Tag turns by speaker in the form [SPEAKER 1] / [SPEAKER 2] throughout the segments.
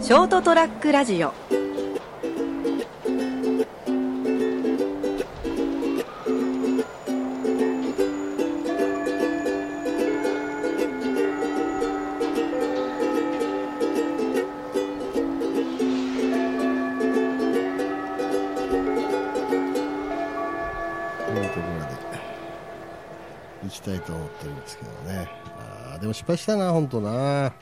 [SPEAKER 1] ショートトラックラジオ
[SPEAKER 2] というところで行きたいと思ってるんですけどねあーでも失敗したな本当な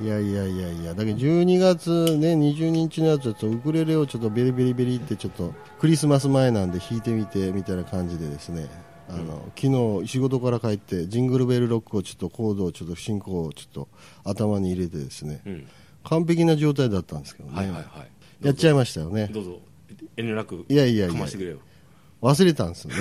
[SPEAKER 2] いやいやいやいやだけど12月ね20日のやつはちょっとウクレレをちょっとベリベリベリってちょっとクリスマス前なんで弾いてみてみたいな感じでですねあの、昨日仕事から帰ってジングルベルロックをちょっとコードをちょっと進行をちょっと頭に入れてですね、
[SPEAKER 3] うん
[SPEAKER 2] 完璧な状態だったんですけどね、
[SPEAKER 3] はいはいはい
[SPEAKER 2] やっちゃいましたよね
[SPEAKER 3] どうぞ遠慮なく
[SPEAKER 2] いやいやいや
[SPEAKER 3] かましてくれよ
[SPEAKER 2] 忘れたんですよね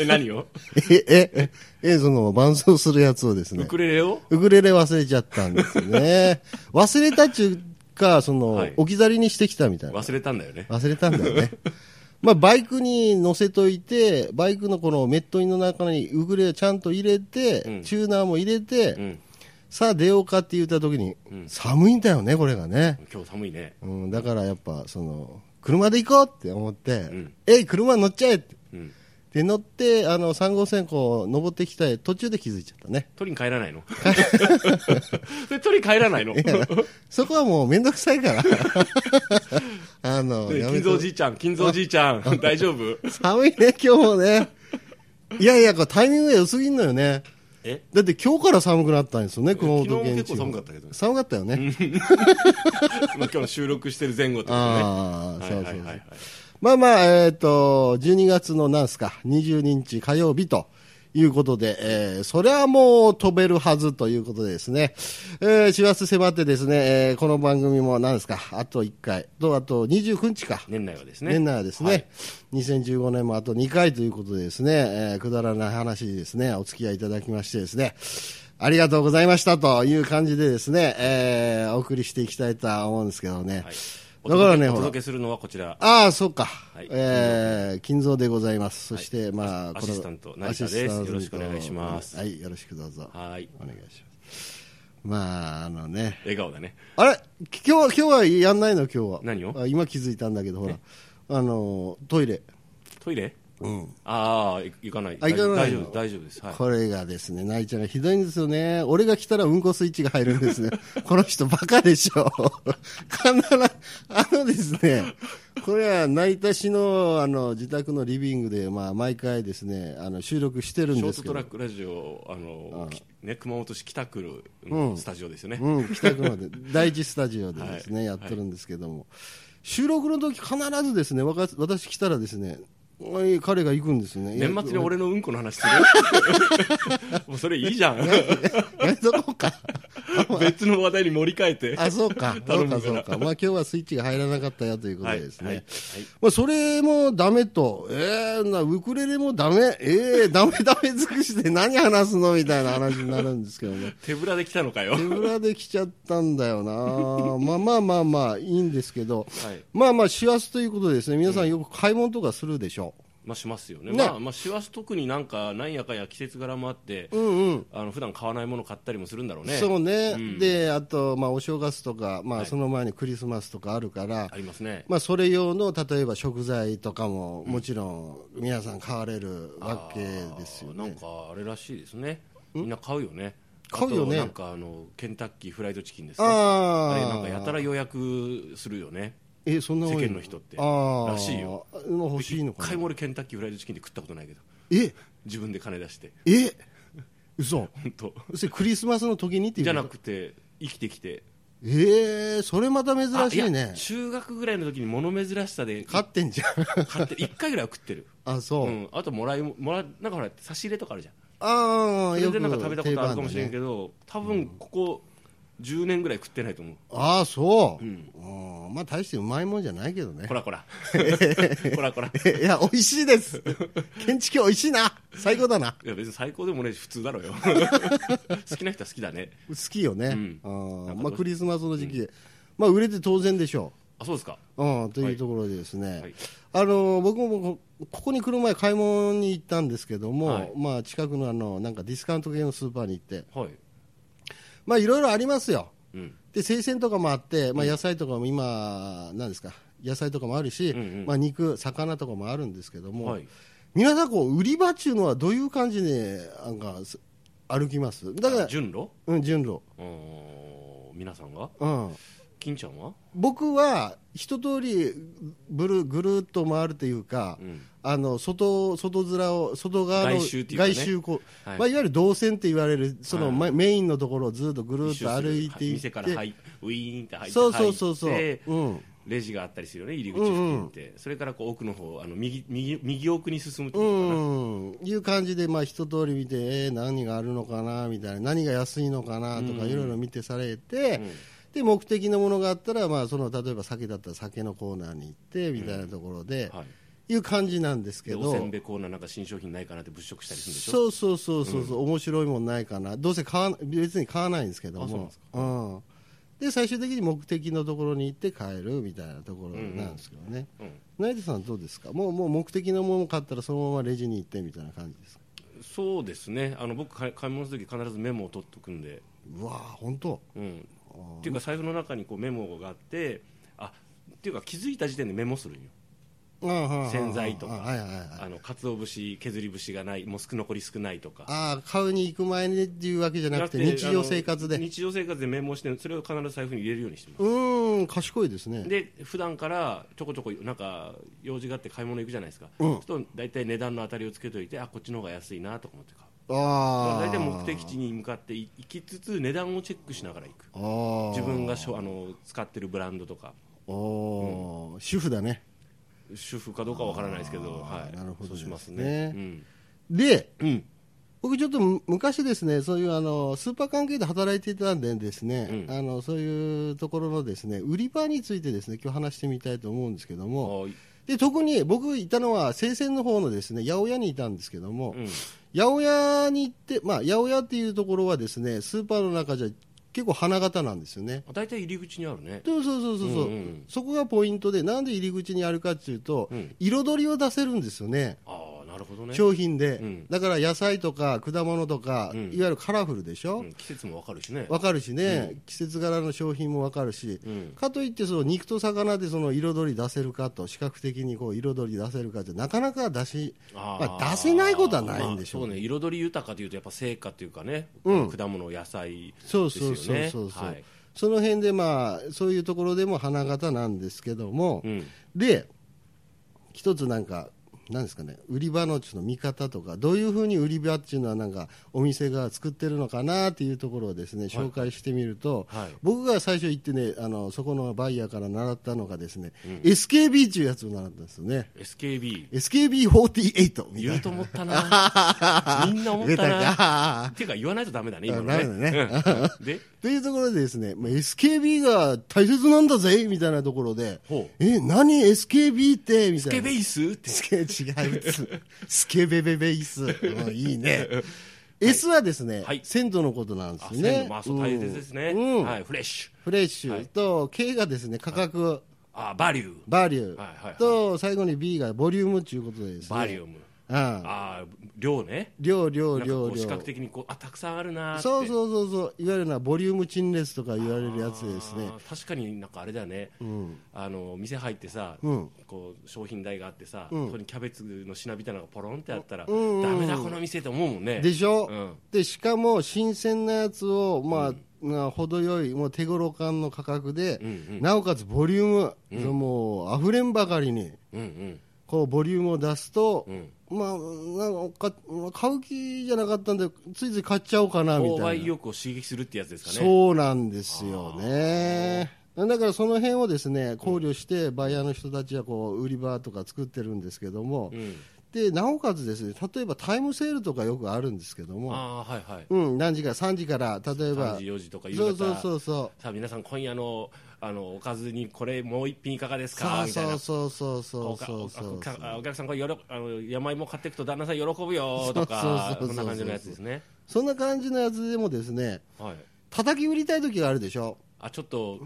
[SPEAKER 3] え何を
[SPEAKER 2] え、え、ええ、その、伴奏するやつをですね。
[SPEAKER 3] ウクレレを
[SPEAKER 2] ウクレレ忘れちゃったんです ね。忘れたっちゅうか、その、
[SPEAKER 3] はい
[SPEAKER 2] 置き去りにしてきたみたいな。
[SPEAKER 3] 忘れたんだよね
[SPEAKER 2] 忘れたんだよね。 まあ、バイクに乗せといて、バイクのこのメットインの中にウクレレちゃんと入れて、
[SPEAKER 3] うん
[SPEAKER 2] チューナーも入れて、
[SPEAKER 3] うん
[SPEAKER 2] さあ出ようかって言った時に、
[SPEAKER 3] うん
[SPEAKER 2] 寒いんだよね、これがね。
[SPEAKER 3] 今日寒いね
[SPEAKER 2] うん、だからやっぱ、その、車で行こうって思って、
[SPEAKER 3] ん
[SPEAKER 2] えい、車乗っちゃえって。
[SPEAKER 3] うん
[SPEAKER 2] で乗ってあの3号線こう登ってきた途中で気づいちゃったね
[SPEAKER 3] 取りに帰らないの で取りに帰らないの
[SPEAKER 2] そこはもう面倒くさいから あの
[SPEAKER 3] ね
[SPEAKER 2] やめ
[SPEAKER 3] 金蔵じ
[SPEAKER 2] て
[SPEAKER 3] いちゃん金蔵じいちゃん大丈夫
[SPEAKER 2] 寒いね今日もねいやいやこれタイミングが良すぎんのよね
[SPEAKER 3] え
[SPEAKER 2] だって今日から寒くなったんですよね熊本
[SPEAKER 3] 昨日も
[SPEAKER 2] 県
[SPEAKER 3] 結
[SPEAKER 2] 地
[SPEAKER 3] 構
[SPEAKER 2] 方
[SPEAKER 3] 寒かったけどね
[SPEAKER 2] 寒かったよね、
[SPEAKER 3] まあ今日の収録してる前後ってことね
[SPEAKER 2] ああ、
[SPEAKER 3] はい
[SPEAKER 2] そ
[SPEAKER 3] は
[SPEAKER 2] うそう
[SPEAKER 3] いは
[SPEAKER 2] そ、
[SPEAKER 3] いうはい
[SPEAKER 2] まあまあえっ、と12月のなんすか22日火曜日ということで、えーそれはもう飛べるはずということでですね、えー、4月迫ってですね、えーこの番組もなんですか、あと1回と、あと29日か、
[SPEAKER 3] 年内はですね
[SPEAKER 2] 年内はですね、2015年もあと2回ということでですね、えーくだらない話にですね、お付き合いいただきましてですね、ありがとうございましたという感じでですね、えーお送りしていきたいとは思うんですけどね。
[SPEAKER 3] はい
[SPEAKER 2] だからね、ほら
[SPEAKER 3] お届けお届。けするのはこちら
[SPEAKER 2] ああ、そうか。
[SPEAKER 3] はい
[SPEAKER 2] えー金蔵でございます。そして、
[SPEAKER 3] はい
[SPEAKER 2] まあ、
[SPEAKER 3] ア
[SPEAKER 2] この
[SPEAKER 3] シアシスタント成田です
[SPEAKER 2] アシスタント
[SPEAKER 3] よろしくお願いします
[SPEAKER 2] はい、よろしくどうぞ。
[SPEAKER 3] はい
[SPEAKER 2] お願いします。まあ、あのね。
[SPEAKER 3] 笑顔だね
[SPEAKER 2] あれ今日、今日はやんないの今日は。
[SPEAKER 3] 何を
[SPEAKER 2] あ今気づいたんだけど、ほら。あの、トイレ。
[SPEAKER 3] トイレああい行かない
[SPEAKER 2] あ行かない
[SPEAKER 3] 大丈
[SPEAKER 2] の
[SPEAKER 3] 夫大丈夫ですはい
[SPEAKER 2] これがですね、ナイちゃんがひどいんですよね。俺が来たらうんこスイッチが入るんですね。 この人バカでしょ。 必ず、あのですね、これはナイタ市のあの自宅のリビングで、まあ、毎回ですね、あの収録してるん
[SPEAKER 3] ショ
[SPEAKER 2] で
[SPEAKER 3] ー
[SPEAKER 2] す
[SPEAKER 3] ト
[SPEAKER 2] け
[SPEAKER 3] ト
[SPEAKER 2] ど。
[SPEAKER 3] ラックラジオ、あのきね、熊本市北区
[SPEAKER 2] うん
[SPEAKER 3] のスタジオですよね、
[SPEAKER 2] うん、北区まで、第一スタジオでですね、やってるんですけども、収録の時必ずですね、わか私来たらですね、おい彼が行くんですね。
[SPEAKER 3] 年末に俺のうんこの話す るもうそれいいじゃん、
[SPEAKER 2] やめとこうか。
[SPEAKER 3] 別の話題に盛り替え て、
[SPEAKER 2] あ、そうか、そ
[SPEAKER 3] 頼
[SPEAKER 2] う
[SPEAKER 3] む
[SPEAKER 2] か、
[SPEAKER 3] から
[SPEAKER 2] そうか。まあ今日はスイッチが入らなかったよということでですね。
[SPEAKER 3] はいはい
[SPEAKER 2] まあそれもダメと、えー、なウクレレもダメ、えー、ダメダメ尽くして何話すのみたいな話になるんですけど ね。
[SPEAKER 3] 手ぶらで来たのかよ、
[SPEAKER 2] 手ぶらで来ちゃったんだよな。まあまあまあまあ、いいんですけど。
[SPEAKER 3] はい
[SPEAKER 2] まあまあ、師走ということでですね、皆さんよく買い物とかするでしょ
[SPEAKER 3] まあ、しますよね、
[SPEAKER 2] ね
[SPEAKER 3] まあ、まあ、師走、特になんか、なんやかんや季節柄もあって、
[SPEAKER 2] う。うんうん。
[SPEAKER 3] あの普段買わないもの買ったりもするんだろうね、
[SPEAKER 2] そうね、
[SPEAKER 3] うん
[SPEAKER 2] であと、まあ、お正月とか、ま
[SPEAKER 3] は
[SPEAKER 2] あ、
[SPEAKER 3] い
[SPEAKER 2] その前にクリスマスとかあるから、
[SPEAKER 3] ありますね、
[SPEAKER 2] まあ、それ用の例えば食材とかももちろん皆さん買われるわけですよ
[SPEAKER 3] あーなん
[SPEAKER 2] ね。
[SPEAKER 3] かあれらしいですね、みんな買うよね、
[SPEAKER 2] 買うよね
[SPEAKER 3] あとなんかあのケンタッキーフライドチキンですか、あれ、なんかや
[SPEAKER 2] あ
[SPEAKER 3] た
[SPEAKER 2] あ、
[SPEAKER 3] ら予約するよね。
[SPEAKER 2] えそんな多い
[SPEAKER 3] 世間の人って
[SPEAKER 2] ああ
[SPEAKER 3] らしいよ。
[SPEAKER 2] もう欲しいの
[SPEAKER 3] 一
[SPEAKER 2] か
[SPEAKER 3] 回
[SPEAKER 2] な。
[SPEAKER 3] も俺ケンタッキーフライドチキンで食ったことないけど
[SPEAKER 2] え
[SPEAKER 3] 自分で金出して
[SPEAKER 2] え嘘。
[SPEAKER 3] 本当
[SPEAKER 2] それクリスマスの時にっていう
[SPEAKER 3] じ
[SPEAKER 2] こ
[SPEAKER 3] ゃ
[SPEAKER 2] と
[SPEAKER 3] なくて生きてきて
[SPEAKER 2] ええそれまた珍しい
[SPEAKER 3] あや
[SPEAKER 2] ね。
[SPEAKER 3] 中学ぐらいの時に物珍しさで
[SPEAKER 2] 買ってんじゃん。
[SPEAKER 3] 買って1回ぐらいは食ってる
[SPEAKER 2] あそう。
[SPEAKER 3] うん、あともらいももらなんかほら差し入れとかあるじゃん
[SPEAKER 2] ああ
[SPEAKER 3] それ
[SPEAKER 2] よ
[SPEAKER 3] で
[SPEAKER 2] く
[SPEAKER 3] なんか食べたことあるかもしれん
[SPEAKER 2] ど。
[SPEAKER 3] けど、多分ここ10年ぐらい食ってないと思う
[SPEAKER 2] ああそう。
[SPEAKER 3] うん
[SPEAKER 2] うんまあ大してうまいもんじゃないけどね
[SPEAKER 3] こ。ら こらこらこらい
[SPEAKER 2] いや美味しいです。建築美味しいな。最高だな。
[SPEAKER 3] や別に最高でもねえし普通だ ろうよ好きな人は好きだね
[SPEAKER 2] 好きよね、
[SPEAKER 3] う
[SPEAKER 2] あ
[SPEAKER 3] なん
[SPEAKER 2] ー
[SPEAKER 3] か
[SPEAKER 2] まあ、クリスマスの時期で、まあ、売れて当然でしょ
[SPEAKER 3] あそうですか
[SPEAKER 2] う、うん、というところでですね、
[SPEAKER 3] はい
[SPEAKER 2] あの僕もこここに来る前買い物に行ったんですけども、
[SPEAKER 3] はい
[SPEAKER 2] まあ、近くのあのなんかディスカウント系のスーパーに行って
[SPEAKER 3] はい
[SPEAKER 2] まあいろいろありますよ
[SPEAKER 3] うん
[SPEAKER 2] で生鮮とかもあって、まあ、野菜とかも今、なんですか野菜とかもあるし、
[SPEAKER 3] うんうん
[SPEAKER 2] まあ、肉、魚とかもあるんですけども、
[SPEAKER 3] はい
[SPEAKER 2] 皆さんこう売り場っていうのはどういう感じでなんかす歩きますだから
[SPEAKER 3] 順路
[SPEAKER 2] うん、順路、
[SPEAKER 3] うーん皆さんが
[SPEAKER 2] うん、
[SPEAKER 3] 金ちゃんは
[SPEAKER 2] 僕は一通りぐるぐるっと回るというか、
[SPEAKER 3] うん
[SPEAKER 2] あの外外面を外側の
[SPEAKER 3] 外周っていうかね
[SPEAKER 2] 周こう
[SPEAKER 3] はい
[SPEAKER 2] まあ、いわゆる動線って言われるその、
[SPEAKER 3] はい
[SPEAKER 2] まメインのところをずっとぐるっ
[SPEAKER 3] 一周
[SPEAKER 2] と
[SPEAKER 3] する
[SPEAKER 2] 歩いていって
[SPEAKER 3] 店から入っウィーンって入って
[SPEAKER 2] そうそうそうそう、
[SPEAKER 3] 入って
[SPEAKER 2] うん、
[SPEAKER 3] レジがあったりするよね入り口付近って、それからこう奥の方あの右右右奥に進むっていううのか
[SPEAKER 2] ん、
[SPEAKER 3] な、
[SPEAKER 2] いう感じで、まあ、一通り見て、えー何があるのかなみたいな、何が安いのかなとか、いろいろ見てされて、
[SPEAKER 3] うん
[SPEAKER 2] で目的のものがあったら、まあ、その例えば酒だったら酒のコーナーに行ってみたいなところで、
[SPEAKER 3] はい、
[SPEAKER 2] い、う感じなんですけ
[SPEAKER 3] で
[SPEAKER 2] ど、
[SPEAKER 3] おせんべいコーナーなんか新商品ないかなって物色したりするんでしょ
[SPEAKER 2] そうそうそうそうそう、面白いもんないかな、どうせ買わ別に買わないんですけど
[SPEAKER 3] あそうなん
[SPEAKER 2] も
[SPEAKER 3] です、
[SPEAKER 2] うん、で最終的に目的のところに行って帰るみたいなところなんですけどね、
[SPEAKER 3] うん
[SPEAKER 2] ナイトさん、どうですか、もうもう目的のもの買ったら、そのままレジに行ってみたいな感じですか。
[SPEAKER 3] そうですねあの僕買い買い物するとき必ずメモを取っておくんで、
[SPEAKER 2] うわー本当
[SPEAKER 3] うん、っていうか財布の中にこうメモがあってあっていうか気づいた時点でメモするんよ
[SPEAKER 2] 洗
[SPEAKER 3] 洗剤とか
[SPEAKER 2] はいはいはい
[SPEAKER 3] あの鰹節削り節がないもう少残り少ないとか
[SPEAKER 2] ああ買うに行く前にっていうわけじゃなくて日常生活
[SPEAKER 3] あの
[SPEAKER 2] で
[SPEAKER 3] 日常生活でメモしてそれを必ず財布に入れるようにしてま
[SPEAKER 2] うーん賢いですね
[SPEAKER 3] すで普段からちょこちょこなんか用事があって買い物行くじゃないですか、
[SPEAKER 2] うん
[SPEAKER 3] そうすると大体値段の当たりをつけといてあこっちの方が安いなとか思って買う
[SPEAKER 2] あ
[SPEAKER 3] だか
[SPEAKER 2] あ
[SPEAKER 3] ら大体目的地に向かってい行きつつ値段をチェックしながら行く
[SPEAKER 2] あー
[SPEAKER 3] 自分がしょあの使ってるブランドとか
[SPEAKER 2] おー主婦だね
[SPEAKER 3] 主婦かどうかわからないですけど、はい、
[SPEAKER 2] なるほど
[SPEAKER 3] そうします
[SPEAKER 2] で
[SPEAKER 3] ね
[SPEAKER 2] すで
[SPEAKER 3] うん、うん、
[SPEAKER 2] 僕ちょっとむ昔ですねそういうあのスーパー関係で働いていたんでですね、
[SPEAKER 3] うん
[SPEAKER 2] あのそういうところのですね売り場についてですね今日話してみたいと思うんですけども
[SPEAKER 3] はい
[SPEAKER 2] で特に僕いたのは生鮮の方のですね八百屋にいたんですけども、
[SPEAKER 3] うん
[SPEAKER 2] 八百屋に行って、まあ、八百屋っていうところはですねスーパーの中じゃ結構花形なんですよね。
[SPEAKER 3] 大体入り口にあるね
[SPEAKER 2] そうそうそうそうそう、
[SPEAKER 3] うんうん
[SPEAKER 2] そこがポイントでなんで入り口にあるかっていうと、
[SPEAKER 3] うん
[SPEAKER 2] 彩りを出せるんですよね
[SPEAKER 3] ああなるほどね、
[SPEAKER 2] 商品で、
[SPEAKER 3] うん
[SPEAKER 2] だから野菜とか果物とか、
[SPEAKER 3] うん
[SPEAKER 2] いわゆるカラフルでしょ、
[SPEAKER 3] うん、季節もわかるしね
[SPEAKER 2] わかるしね、季節柄の商品もわかるし、
[SPEAKER 3] うん
[SPEAKER 2] かといってその肉と魚でその彩り出せるかと視覚的にこう彩り出せるかってなかなか出し
[SPEAKER 3] あー
[SPEAKER 2] まあ出せないことはないんでしょう
[SPEAKER 3] まあそうね彩り豊かというとやっぱ成果というかね、
[SPEAKER 2] うん
[SPEAKER 3] 果物野菜ですよ
[SPEAKER 2] そうそうそう
[SPEAKER 3] ね
[SPEAKER 2] そうそう、
[SPEAKER 3] はい
[SPEAKER 2] その辺でまあそういうところでも花形なんですけども、
[SPEAKER 3] うん、
[SPEAKER 2] で一つなんかなんですかね売り場のちょっと見方とかどういうふうに売り場っていうのはなんかお店が作ってるのかなっていうところをですね紹介してみると、
[SPEAKER 3] はい
[SPEAKER 2] 僕が最初行ってねあのそこのバイヤーから習ったのがですね、SKB っていうやつを習ったんですよね
[SPEAKER 3] SKB
[SPEAKER 2] SKB48 みたい
[SPEAKER 3] 言
[SPEAKER 2] うな
[SPEAKER 3] と思っ たなみんな思った
[SPEAKER 2] 言えた
[SPEAKER 3] な
[SPEAKER 2] か
[SPEAKER 3] っていうか言わないとダメだね今の
[SPEAKER 2] あ
[SPEAKER 3] ね
[SPEAKER 2] ダメ
[SPEAKER 3] うんで
[SPEAKER 2] というところでですね、まあ、SKB が大切なんだぜみたいなところで
[SPEAKER 3] ほう、
[SPEAKER 2] え、何 SKB ってみ
[SPEAKER 3] ス
[SPEAKER 2] た
[SPEAKER 3] ケ
[SPEAKER 2] いな
[SPEAKER 3] ベ。イスって
[SPEAKER 2] スケ違う つ。スケベベベイス。うんいいね。S はですね、
[SPEAKER 3] はい
[SPEAKER 2] 鮮度のことなんで
[SPEAKER 3] あ
[SPEAKER 2] す
[SPEAKER 3] 鮮
[SPEAKER 2] ね
[SPEAKER 3] 度。まあそう大切ですね、
[SPEAKER 2] うんうん
[SPEAKER 3] はい、フレッシュ
[SPEAKER 2] フレッシュと K がですね、価格、
[SPEAKER 3] あバリュー
[SPEAKER 2] バリュー、
[SPEAKER 3] はいはいはい
[SPEAKER 2] と最後に B がボリュームということでですね。
[SPEAKER 3] バリウム、
[SPEAKER 2] うん
[SPEAKER 3] あー量ね
[SPEAKER 2] 量
[SPEAKER 3] な
[SPEAKER 2] 量
[SPEAKER 3] んかこ
[SPEAKER 2] 量
[SPEAKER 3] う視
[SPEAKER 2] 量。
[SPEAKER 3] 覚的にこうあたくさんあるなーって
[SPEAKER 2] そうそうそうそう。いわゆるなボリューム陳列とか言われるやつですね
[SPEAKER 3] あ。ー確かになんかあれだよね、あの店入ってさ、
[SPEAKER 2] うん
[SPEAKER 3] こう商品代があってさ、
[SPEAKER 2] ん
[SPEAKER 3] ここにキャベツの品みたいなのがポロンってあったら、
[SPEAKER 2] んうん
[SPEAKER 3] ダメだこの店って思うもんね
[SPEAKER 2] でしょ、
[SPEAKER 3] うん
[SPEAKER 2] でしかも新鮮なやつを、まあまあ程よいもう手頃感の価格で、
[SPEAKER 3] うんうん
[SPEAKER 2] なおかつボリューム、もう溢れんばかりに
[SPEAKER 3] うんうん
[SPEAKER 2] こうボリュームを出すと、
[SPEAKER 3] うん
[SPEAKER 2] まあなんかか買う気じゃなかったんでついつい買っちゃおうかなみ
[SPEAKER 3] 購
[SPEAKER 2] た
[SPEAKER 3] 買
[SPEAKER 2] い
[SPEAKER 3] 意
[SPEAKER 2] な
[SPEAKER 3] 欲を刺激するってやつですかね
[SPEAKER 2] そうなんですよねだからその辺をですね考慮してバイヤーの人たちはこう売り場とか作ってるんですけども、
[SPEAKER 3] うん、
[SPEAKER 2] でなおかつですね例えばタイムセールとかよくあるんですけども
[SPEAKER 3] ああはいはい
[SPEAKER 2] うん、何時か3時から例えば
[SPEAKER 3] 3時4時とか夕
[SPEAKER 2] そ
[SPEAKER 3] 方
[SPEAKER 2] うそうそうそ
[SPEAKER 3] さあ皆さん今夜のあのおかずにこれもう一品いかがです
[SPEAKER 2] う
[SPEAKER 3] かみたい
[SPEAKER 2] そ
[SPEAKER 3] な
[SPEAKER 2] うそうそうそうそうそう
[SPEAKER 3] お
[SPEAKER 2] そう
[SPEAKER 3] かおかお客さんこれよろあの山芋買っていくと旦那さん喜ぶよとか
[SPEAKER 2] そうそうそうそう
[SPEAKER 3] そんな感じのやつですね
[SPEAKER 2] そんな感じのやつでもですね
[SPEAKER 3] はい
[SPEAKER 2] 叩き売りたい時があるでしょ
[SPEAKER 3] あちょっと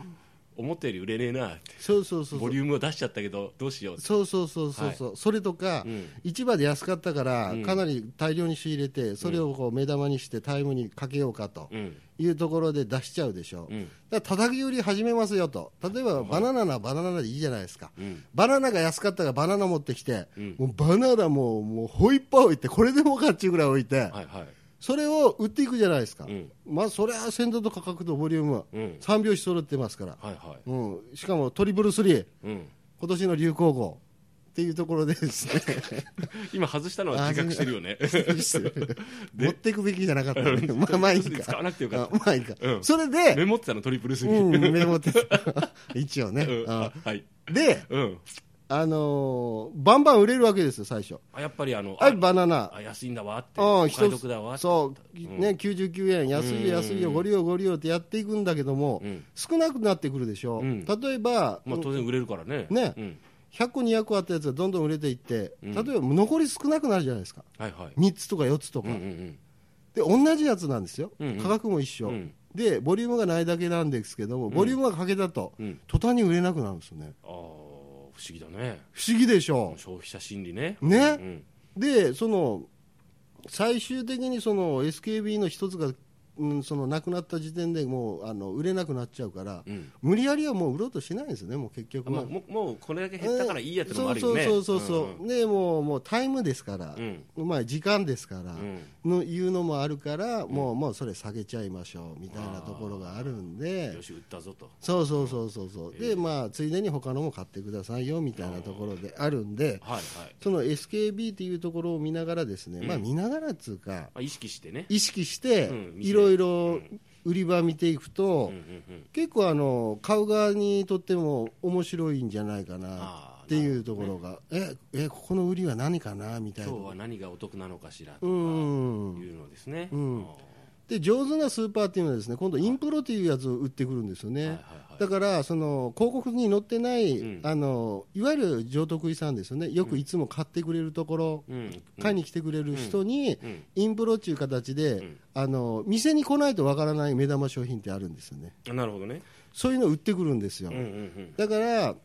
[SPEAKER 3] 思ったより売れねえなって
[SPEAKER 2] そうそうそうそ
[SPEAKER 3] ボ
[SPEAKER 2] う
[SPEAKER 3] リュームを出しちゃったけどどうしようって
[SPEAKER 2] そうそうそうそうそう、それとか、
[SPEAKER 3] うん
[SPEAKER 2] 市場で安かったから、
[SPEAKER 3] うん
[SPEAKER 2] かなり大量に仕入れてそれをこう目玉にしてタイムにかけようかと
[SPEAKER 3] うん
[SPEAKER 2] いうところで出しちゃうでしょ、
[SPEAKER 3] うん
[SPEAKER 2] だから叩き売り始めますよと例えばバナナならバナナでいいじゃないですか、
[SPEAKER 3] うん
[SPEAKER 2] バナナが安かったからバナナ持ってきて、
[SPEAKER 3] うん
[SPEAKER 2] もうバナナももうホイッパー置いてこれでもかっちゅうぐらい置いて、
[SPEAKER 3] はいはい
[SPEAKER 2] それを売っていくじゃないですか、
[SPEAKER 3] うん
[SPEAKER 2] まあそれは鮮度と価格とボリューム、
[SPEAKER 3] うん
[SPEAKER 2] 三拍子揃ってますから、
[SPEAKER 3] はいは
[SPEAKER 2] うん、しかもトリプルスリー
[SPEAKER 3] い うん
[SPEAKER 2] 今年の流行語っていうところでです ね
[SPEAKER 3] 今外したのは自覚してるよね
[SPEAKER 2] 持っていくべきじゃなかったね まあまあいいか
[SPEAKER 3] 使わなくてよかっ
[SPEAKER 2] あまあいいか、
[SPEAKER 3] うん
[SPEAKER 2] それで、
[SPEAKER 3] メモってたのトリプルスリ
[SPEAKER 2] う
[SPEAKER 3] ー、
[SPEAKER 2] ん、メモって 一応ね、
[SPEAKER 3] うん
[SPEAKER 2] あ
[SPEAKER 3] あはい
[SPEAKER 2] で、
[SPEAKER 3] うん
[SPEAKER 2] あのーバンバン売れるわけですよ最初
[SPEAKER 3] あやっぱりあの
[SPEAKER 2] はいバナナ
[SPEAKER 3] あ安いんだわって
[SPEAKER 2] うん
[SPEAKER 3] お
[SPEAKER 2] 一
[SPEAKER 3] 買い
[SPEAKER 2] つ
[SPEAKER 3] 得だわって
[SPEAKER 2] そう、ね、99円、安いよ、安いよ、ご利用、ご利用ってやっていくんだけども、
[SPEAKER 3] うん
[SPEAKER 2] 少なくなってくるでしょ、
[SPEAKER 3] うん
[SPEAKER 2] 例えば、
[SPEAKER 3] まあ当然売れるからね
[SPEAKER 2] ね
[SPEAKER 3] うん
[SPEAKER 2] 100個、200個あったやつがどんどん売れていって、
[SPEAKER 3] うん
[SPEAKER 2] 例えば残り少なくなるじゃないですか、
[SPEAKER 3] はいはい
[SPEAKER 2] 3つとか4つとか、
[SPEAKER 3] うんうん
[SPEAKER 2] で同じやつなんですよ、
[SPEAKER 3] うんうん
[SPEAKER 2] 価格も一緒、
[SPEAKER 3] うん
[SPEAKER 2] で、ボリュームがないだけなんですけども、ボリュームがかけたと、
[SPEAKER 3] うんうん
[SPEAKER 2] 途端に売れなくなるんですよね、
[SPEAKER 3] ああ不思議だね
[SPEAKER 2] 不思議でしょ、
[SPEAKER 3] 消費者心理ね
[SPEAKER 2] ね
[SPEAKER 3] うん
[SPEAKER 2] でその最終的にその SKB の一つが、うん、そのなくなった時点でもうあの売れなくなっちゃうから、
[SPEAKER 3] うん
[SPEAKER 2] 無理やりはもう売ろうとしないんですよね、もう結
[SPEAKER 3] あ
[SPEAKER 2] 局
[SPEAKER 3] も
[SPEAKER 2] は。
[SPEAKER 3] うもうもうこれだけ減ったからいいやつもあるよね
[SPEAKER 2] そうそうそうそう、
[SPEAKER 3] ん
[SPEAKER 2] でもうもうタイムですから、まあ、時間ですから、
[SPEAKER 3] うん
[SPEAKER 2] のいうのもあるから、もうもうそれ下げちゃいましょうみたいなところがあるん
[SPEAKER 3] うん
[SPEAKER 2] で
[SPEAKER 3] よ。し売ったぞと
[SPEAKER 2] そうそうそうそうそう、でまあついでに他のも買ってくださいよみたいなところであるんで、
[SPEAKER 3] はいはい
[SPEAKER 2] その SKB っていうところを見ながらですね、まあ見ながらっつうか
[SPEAKER 3] まあ意識してね
[SPEAKER 2] 意識して
[SPEAKER 3] うん
[SPEAKER 2] いろいろ売り場見ていくと、
[SPEAKER 3] うんうんうん
[SPEAKER 2] 結構あの買う側にとっても面白いんじゃないかな
[SPEAKER 3] あー
[SPEAKER 2] っていうところが、ええここの売りは何かなみたいな
[SPEAKER 3] 今日は何がお得なのかしらとか
[SPEAKER 2] う
[SPEAKER 3] い
[SPEAKER 2] ん
[SPEAKER 3] うのですね
[SPEAKER 2] うん
[SPEAKER 3] あー
[SPEAKER 2] で上手なスーパーっていうのはですね今度インプロっていうやつを売ってくるんですよね、
[SPEAKER 3] はいはいはい
[SPEAKER 2] だからその広告に載ってない、
[SPEAKER 3] うん
[SPEAKER 2] あのいわゆる上得意さんですよねよくいつも買ってくれるところ、
[SPEAKER 3] うん
[SPEAKER 2] 買いに来てくれる人に、
[SPEAKER 3] うん
[SPEAKER 2] インプロっていう形で、
[SPEAKER 3] ん
[SPEAKER 2] あの店に来ないとわからない目玉商品ってあるんですよね
[SPEAKER 3] あなるほどね
[SPEAKER 2] そういうのを売ってくるんですよ、
[SPEAKER 3] うんうんうん
[SPEAKER 2] だから、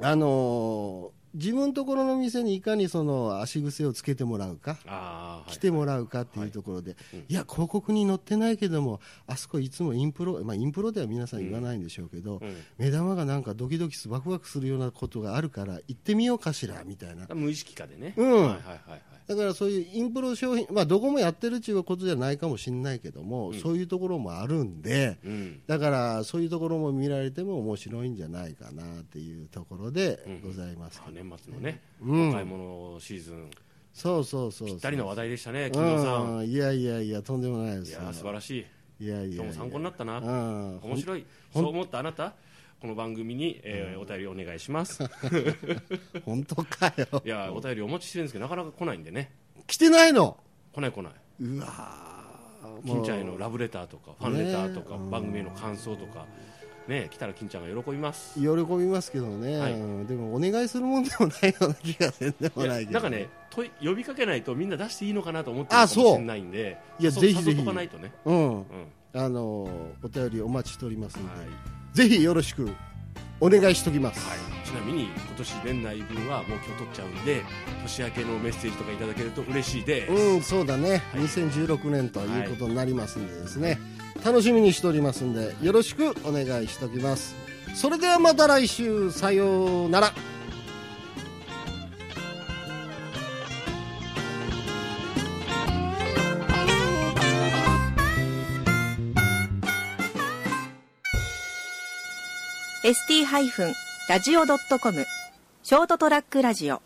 [SPEAKER 2] あのー自分のところの店にいかにその足癖をつけてもらうか、
[SPEAKER 3] ああ
[SPEAKER 2] 来てもらうかっていうところで、いや、広告に載ってないけども、あそこいつもインプロ、まあ、インプロでは皆さん言わないんでしょうけど、
[SPEAKER 3] うん
[SPEAKER 2] 目玉がなんかドキドキす、ワクワクするようなことがあるから、行ってみようかしらみたいな。
[SPEAKER 3] 無意識化でね
[SPEAKER 2] うん
[SPEAKER 3] はいはいはいはい
[SPEAKER 2] だからそういうインプロ商品、まあ、どこもやってるっていうことじゃないかもしれないけども、そういうところもあるんで、
[SPEAKER 3] うん
[SPEAKER 2] だからそういうところも見られても面白いんじゃないかなっていうところでございます
[SPEAKER 3] あ、年末のね
[SPEAKER 2] うん
[SPEAKER 3] お買い物シーズン
[SPEAKER 2] そうそうそうそう
[SPEAKER 3] ぴったりの話題でしたね金野さん
[SPEAKER 2] うんいやいやいやとんでもないで
[SPEAKER 3] い
[SPEAKER 2] す
[SPEAKER 3] や
[SPEAKER 2] よ
[SPEAKER 3] ー素晴らしい
[SPEAKER 2] いやいやいや
[SPEAKER 3] 今日も参考になったな
[SPEAKER 2] うん
[SPEAKER 3] 面白いそう思ったあなたこの番組に、えーお便りお願いします
[SPEAKER 2] 本当かよ
[SPEAKER 3] いやーお便りお待ちしてるんですけどなかなか来ないんでね
[SPEAKER 2] 来てないの
[SPEAKER 3] 来ない来ないう
[SPEAKER 2] わーも
[SPEAKER 3] 金
[SPEAKER 2] う
[SPEAKER 3] ちゃんへのラブレターとかファンレターとか、
[SPEAKER 2] ね
[SPEAKER 3] 番組への感想とかね来たら金ちゃんが喜びます
[SPEAKER 2] 喜びますけどね、
[SPEAKER 3] はい
[SPEAKER 2] うんでもお願いするもんでもないような気がせんでもないけど
[SPEAKER 3] いやなんかね問い呼びかけないとみんな出していいのかなと思ってるか
[SPEAKER 2] あ
[SPEAKER 3] も
[SPEAKER 2] そう
[SPEAKER 3] しれないんで
[SPEAKER 2] いや
[SPEAKER 3] そう
[SPEAKER 2] ぜひぜひ
[SPEAKER 3] 誘っとかないとね、
[SPEAKER 2] うん
[SPEAKER 3] うん
[SPEAKER 2] あのーお便りお待ちしておりますので、
[SPEAKER 3] はい
[SPEAKER 2] ぜひよろしくお願いしときます、
[SPEAKER 3] はい、ちなみに今年年内分はもう今日取っちゃうんで年明けのメッセージとかいただけると嬉しいです、
[SPEAKER 2] うん、そうだね、2016年ということになりますんでですね、楽しみにしておりますんで、よろしくお願いしておきます。それではまた来週、さようなら。
[SPEAKER 1] ST-radio.com ショートトラックラジオ